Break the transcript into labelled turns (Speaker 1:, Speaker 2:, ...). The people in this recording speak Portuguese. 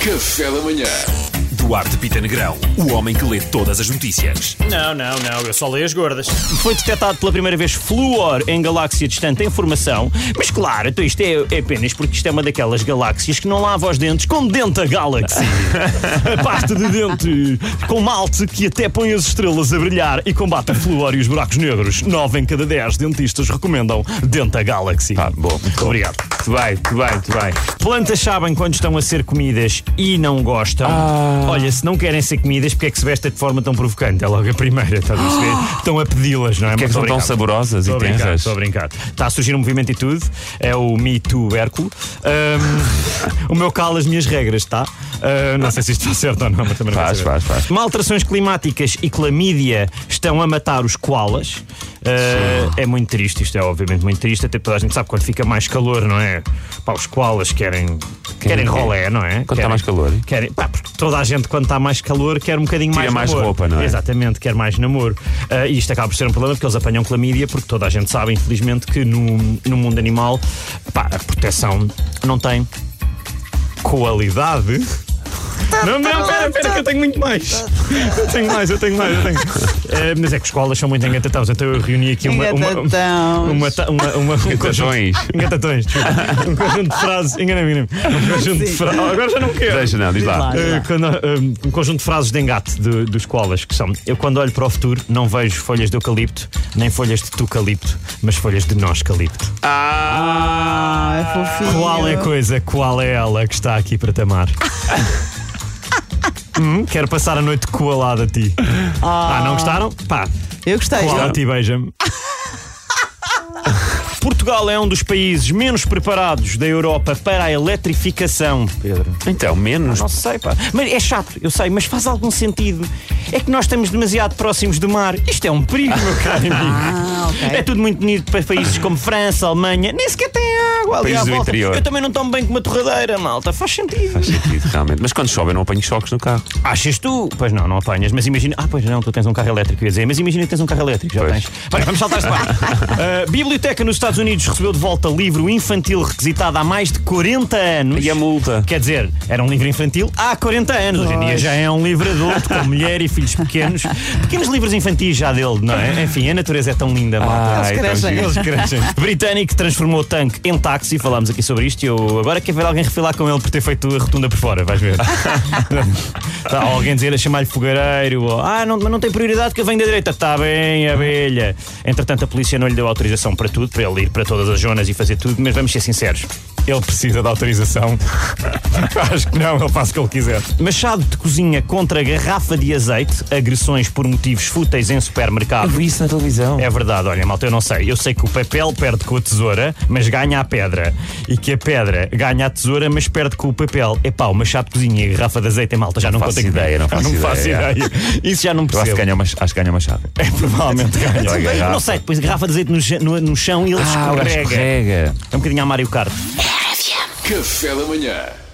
Speaker 1: Café da manhã.
Speaker 2: Duarte Pita Negrão, o homem que lê todas as notícias.
Speaker 3: Não, não, não, eu só leio as gordas.
Speaker 4: Foi detectado pela primeira vez flúor em galáxia distante em formação, mas claro, então isto é, é apenas porque isto é uma daquelas galáxias que não lava os dentes com Denta Galaxy. a pasta de dente com malte que até põe as estrelas a brilhar e combate o flúor e os buracos negros. Nove em cada dez dentistas recomendam Denta Galaxy.
Speaker 2: Ah, bom.
Speaker 4: Obrigado.
Speaker 2: Muito bem, muito bem, muito bem.
Speaker 4: Plantas sabem quando estão a ser comidas e não gostam.
Speaker 2: Ah.
Speaker 4: Olha, se não querem ser comidas, porque é que se vestem de forma tão provocante? É logo a primeira, estás a perceber? Estão a pedi-las, não é?
Speaker 2: Porque é que são
Speaker 4: Muito
Speaker 2: tão
Speaker 4: obrigado.
Speaker 2: saborosas e
Speaker 4: Estou a brincar,
Speaker 2: tensas?
Speaker 4: estou a brincar. Está a surgir um movimento e tudo. É o Me Too Hérculo. Ahm, o meu cala as minhas regras, está? Ah, não sei se isto está certo ou não, mas também não
Speaker 2: Faz,
Speaker 4: vou saber.
Speaker 2: faz, faz.
Speaker 4: Maltrações climáticas e clamídia estão a matar os koalas. Ah, é muito triste, isto é obviamente muito triste. Até toda a gente sabe quando fica mais calor, não é? Pá, os koalas querem, querem rolé, não
Speaker 2: Quando
Speaker 4: é?
Speaker 2: está
Speaker 4: Querem-
Speaker 2: mais calor.
Speaker 4: Querem, pá, porque toda a gente, quando está mais calor, quer um bocadinho
Speaker 2: Tira mais
Speaker 4: mais namoro.
Speaker 2: roupa, não é?
Speaker 4: Exatamente, quer mais namoro. Ah, e isto acaba por ser um problema porque eles apanham clamídia, porque toda a gente sabe, infelizmente, que no, no mundo animal pá, a proteção não tem qualidade. Não, não, pera, pera, que eu tenho muito mais. Eu tenho mais, eu tenho mais, eu tenho. Ah, mas é que os escolas são muito engatatáveos, então eu reuni aqui uma. uma,
Speaker 5: Engatataus.
Speaker 4: uma, ta- uma, uma, um conjunto-
Speaker 2: Gatões.
Speaker 4: Engatatões, desculpa. Um conjunto de frases. Engana-me, engana-me. Um conjunto de frases. Agora já não quero.
Speaker 2: Deixa, não, diz lá.
Speaker 5: Vai.
Speaker 4: Eh, quando, eh, um conjunto de frases de engate de- dos koalas que são: Eu, quando olho para o futuro, não vejo folhas de eucalipto, nem folhas de tucalipto, mas folhas de nós-calipto.
Speaker 5: Ah, é fofinho.
Speaker 4: Qual é a coisa, qual é ela que está aqui para tamar? Hum, quero passar a noite coalada a ti. Ah, não gostaram? Pá,
Speaker 5: Eu gostei.
Speaker 4: Olá, te beija-me. Portugal é um dos países menos preparados da Europa para a eletrificação.
Speaker 2: Então, menos.
Speaker 4: Não sei, pá. Mas é chato, eu sei, mas faz algum sentido. É que nós estamos demasiado próximos do mar. Isto é um perigo, meu caro amigo.
Speaker 5: Ah, ok.
Speaker 4: É tudo muito bonito para países como França, Alemanha, nem sequer tem água ali
Speaker 2: Países
Speaker 4: à
Speaker 2: do
Speaker 4: volta.
Speaker 2: interior.
Speaker 4: Eu também não tomo bem com uma torradeira, malta. Faz sentido.
Speaker 2: Faz sentido, realmente. Mas quando chove, eu não apanho choques no carro.
Speaker 4: Achas tu? Pois não, não apanhas, mas imagina. Ah, pois não, tu tens um carro elétrico, eu ia dizer, mas imagina que tens um carro elétrico, já
Speaker 2: Pois.
Speaker 4: tens. Olha, vamos saltar-se lá. A Uh, biblioteca nos Estados Unidos recebeu de volta livro infantil requisitado há mais de 40 anos.
Speaker 2: E a multa?
Speaker 4: Quer dizer, era um livro infantil há 40 anos. Hoje em dia já é um livro adulto, com mulher e filhos pequenos. Pequenos livros infantis já dele, não é? Enfim, a natureza é tão linda, malta.
Speaker 2: Ai, tão
Speaker 5: crescem.
Speaker 2: giro.
Speaker 4: Eles crescem. Britânico transformou o tanque em táxi, falámos aqui sobre isto. E eu agora quero ver alguém refilar com ele por ter feito a rotunda por fora, vais ver. tá, ou alguém dizer a chamar-lhe fogareiro, ou, ah, não, mas não tem prioridade que eu venho da direita. Está bem, abelha. Entretanto, a polícia não lhe deu autorização para tudo, para ele ir para todas as zonas e fazer tudo, mas vamos ser sinceros. Ele precisa de autorização. Acho que não, ele faz o que ele quiser. Machado de cozinha contra garrafa de azeite, agressões por motivos fúteis em supermercado.
Speaker 2: Vi isso na televisão.
Speaker 4: É verdade, olha, malta, eu não sei. Eu sei que o papel perde com a tesoura, mas ganha a pedra. E que a pedra ganha a tesoura, mas perde com o papel. Epá, uma chá de cozinha e garrafa de azeite em malta, já não,
Speaker 2: faço
Speaker 4: conta comigo.
Speaker 2: ideia, não
Speaker 4: Já
Speaker 2: faço ideia.
Speaker 4: ideia. Isso já não
Speaker 2: Eu acho que
Speaker 4: percebo.
Speaker 2: ganha uma, acho que ganha uma chave.
Speaker 4: É, provavelmente ganha.
Speaker 2: Olha a
Speaker 4: Eu
Speaker 2: garrafa.
Speaker 4: não sei, depois garrafa de azeite no, ch- no- no chão e ele
Speaker 2: Ah, o gajo
Speaker 4: escorrega.
Speaker 2: escorrega.
Speaker 4: É um bocadinho a Mario Kart.
Speaker 1: Café da manhã.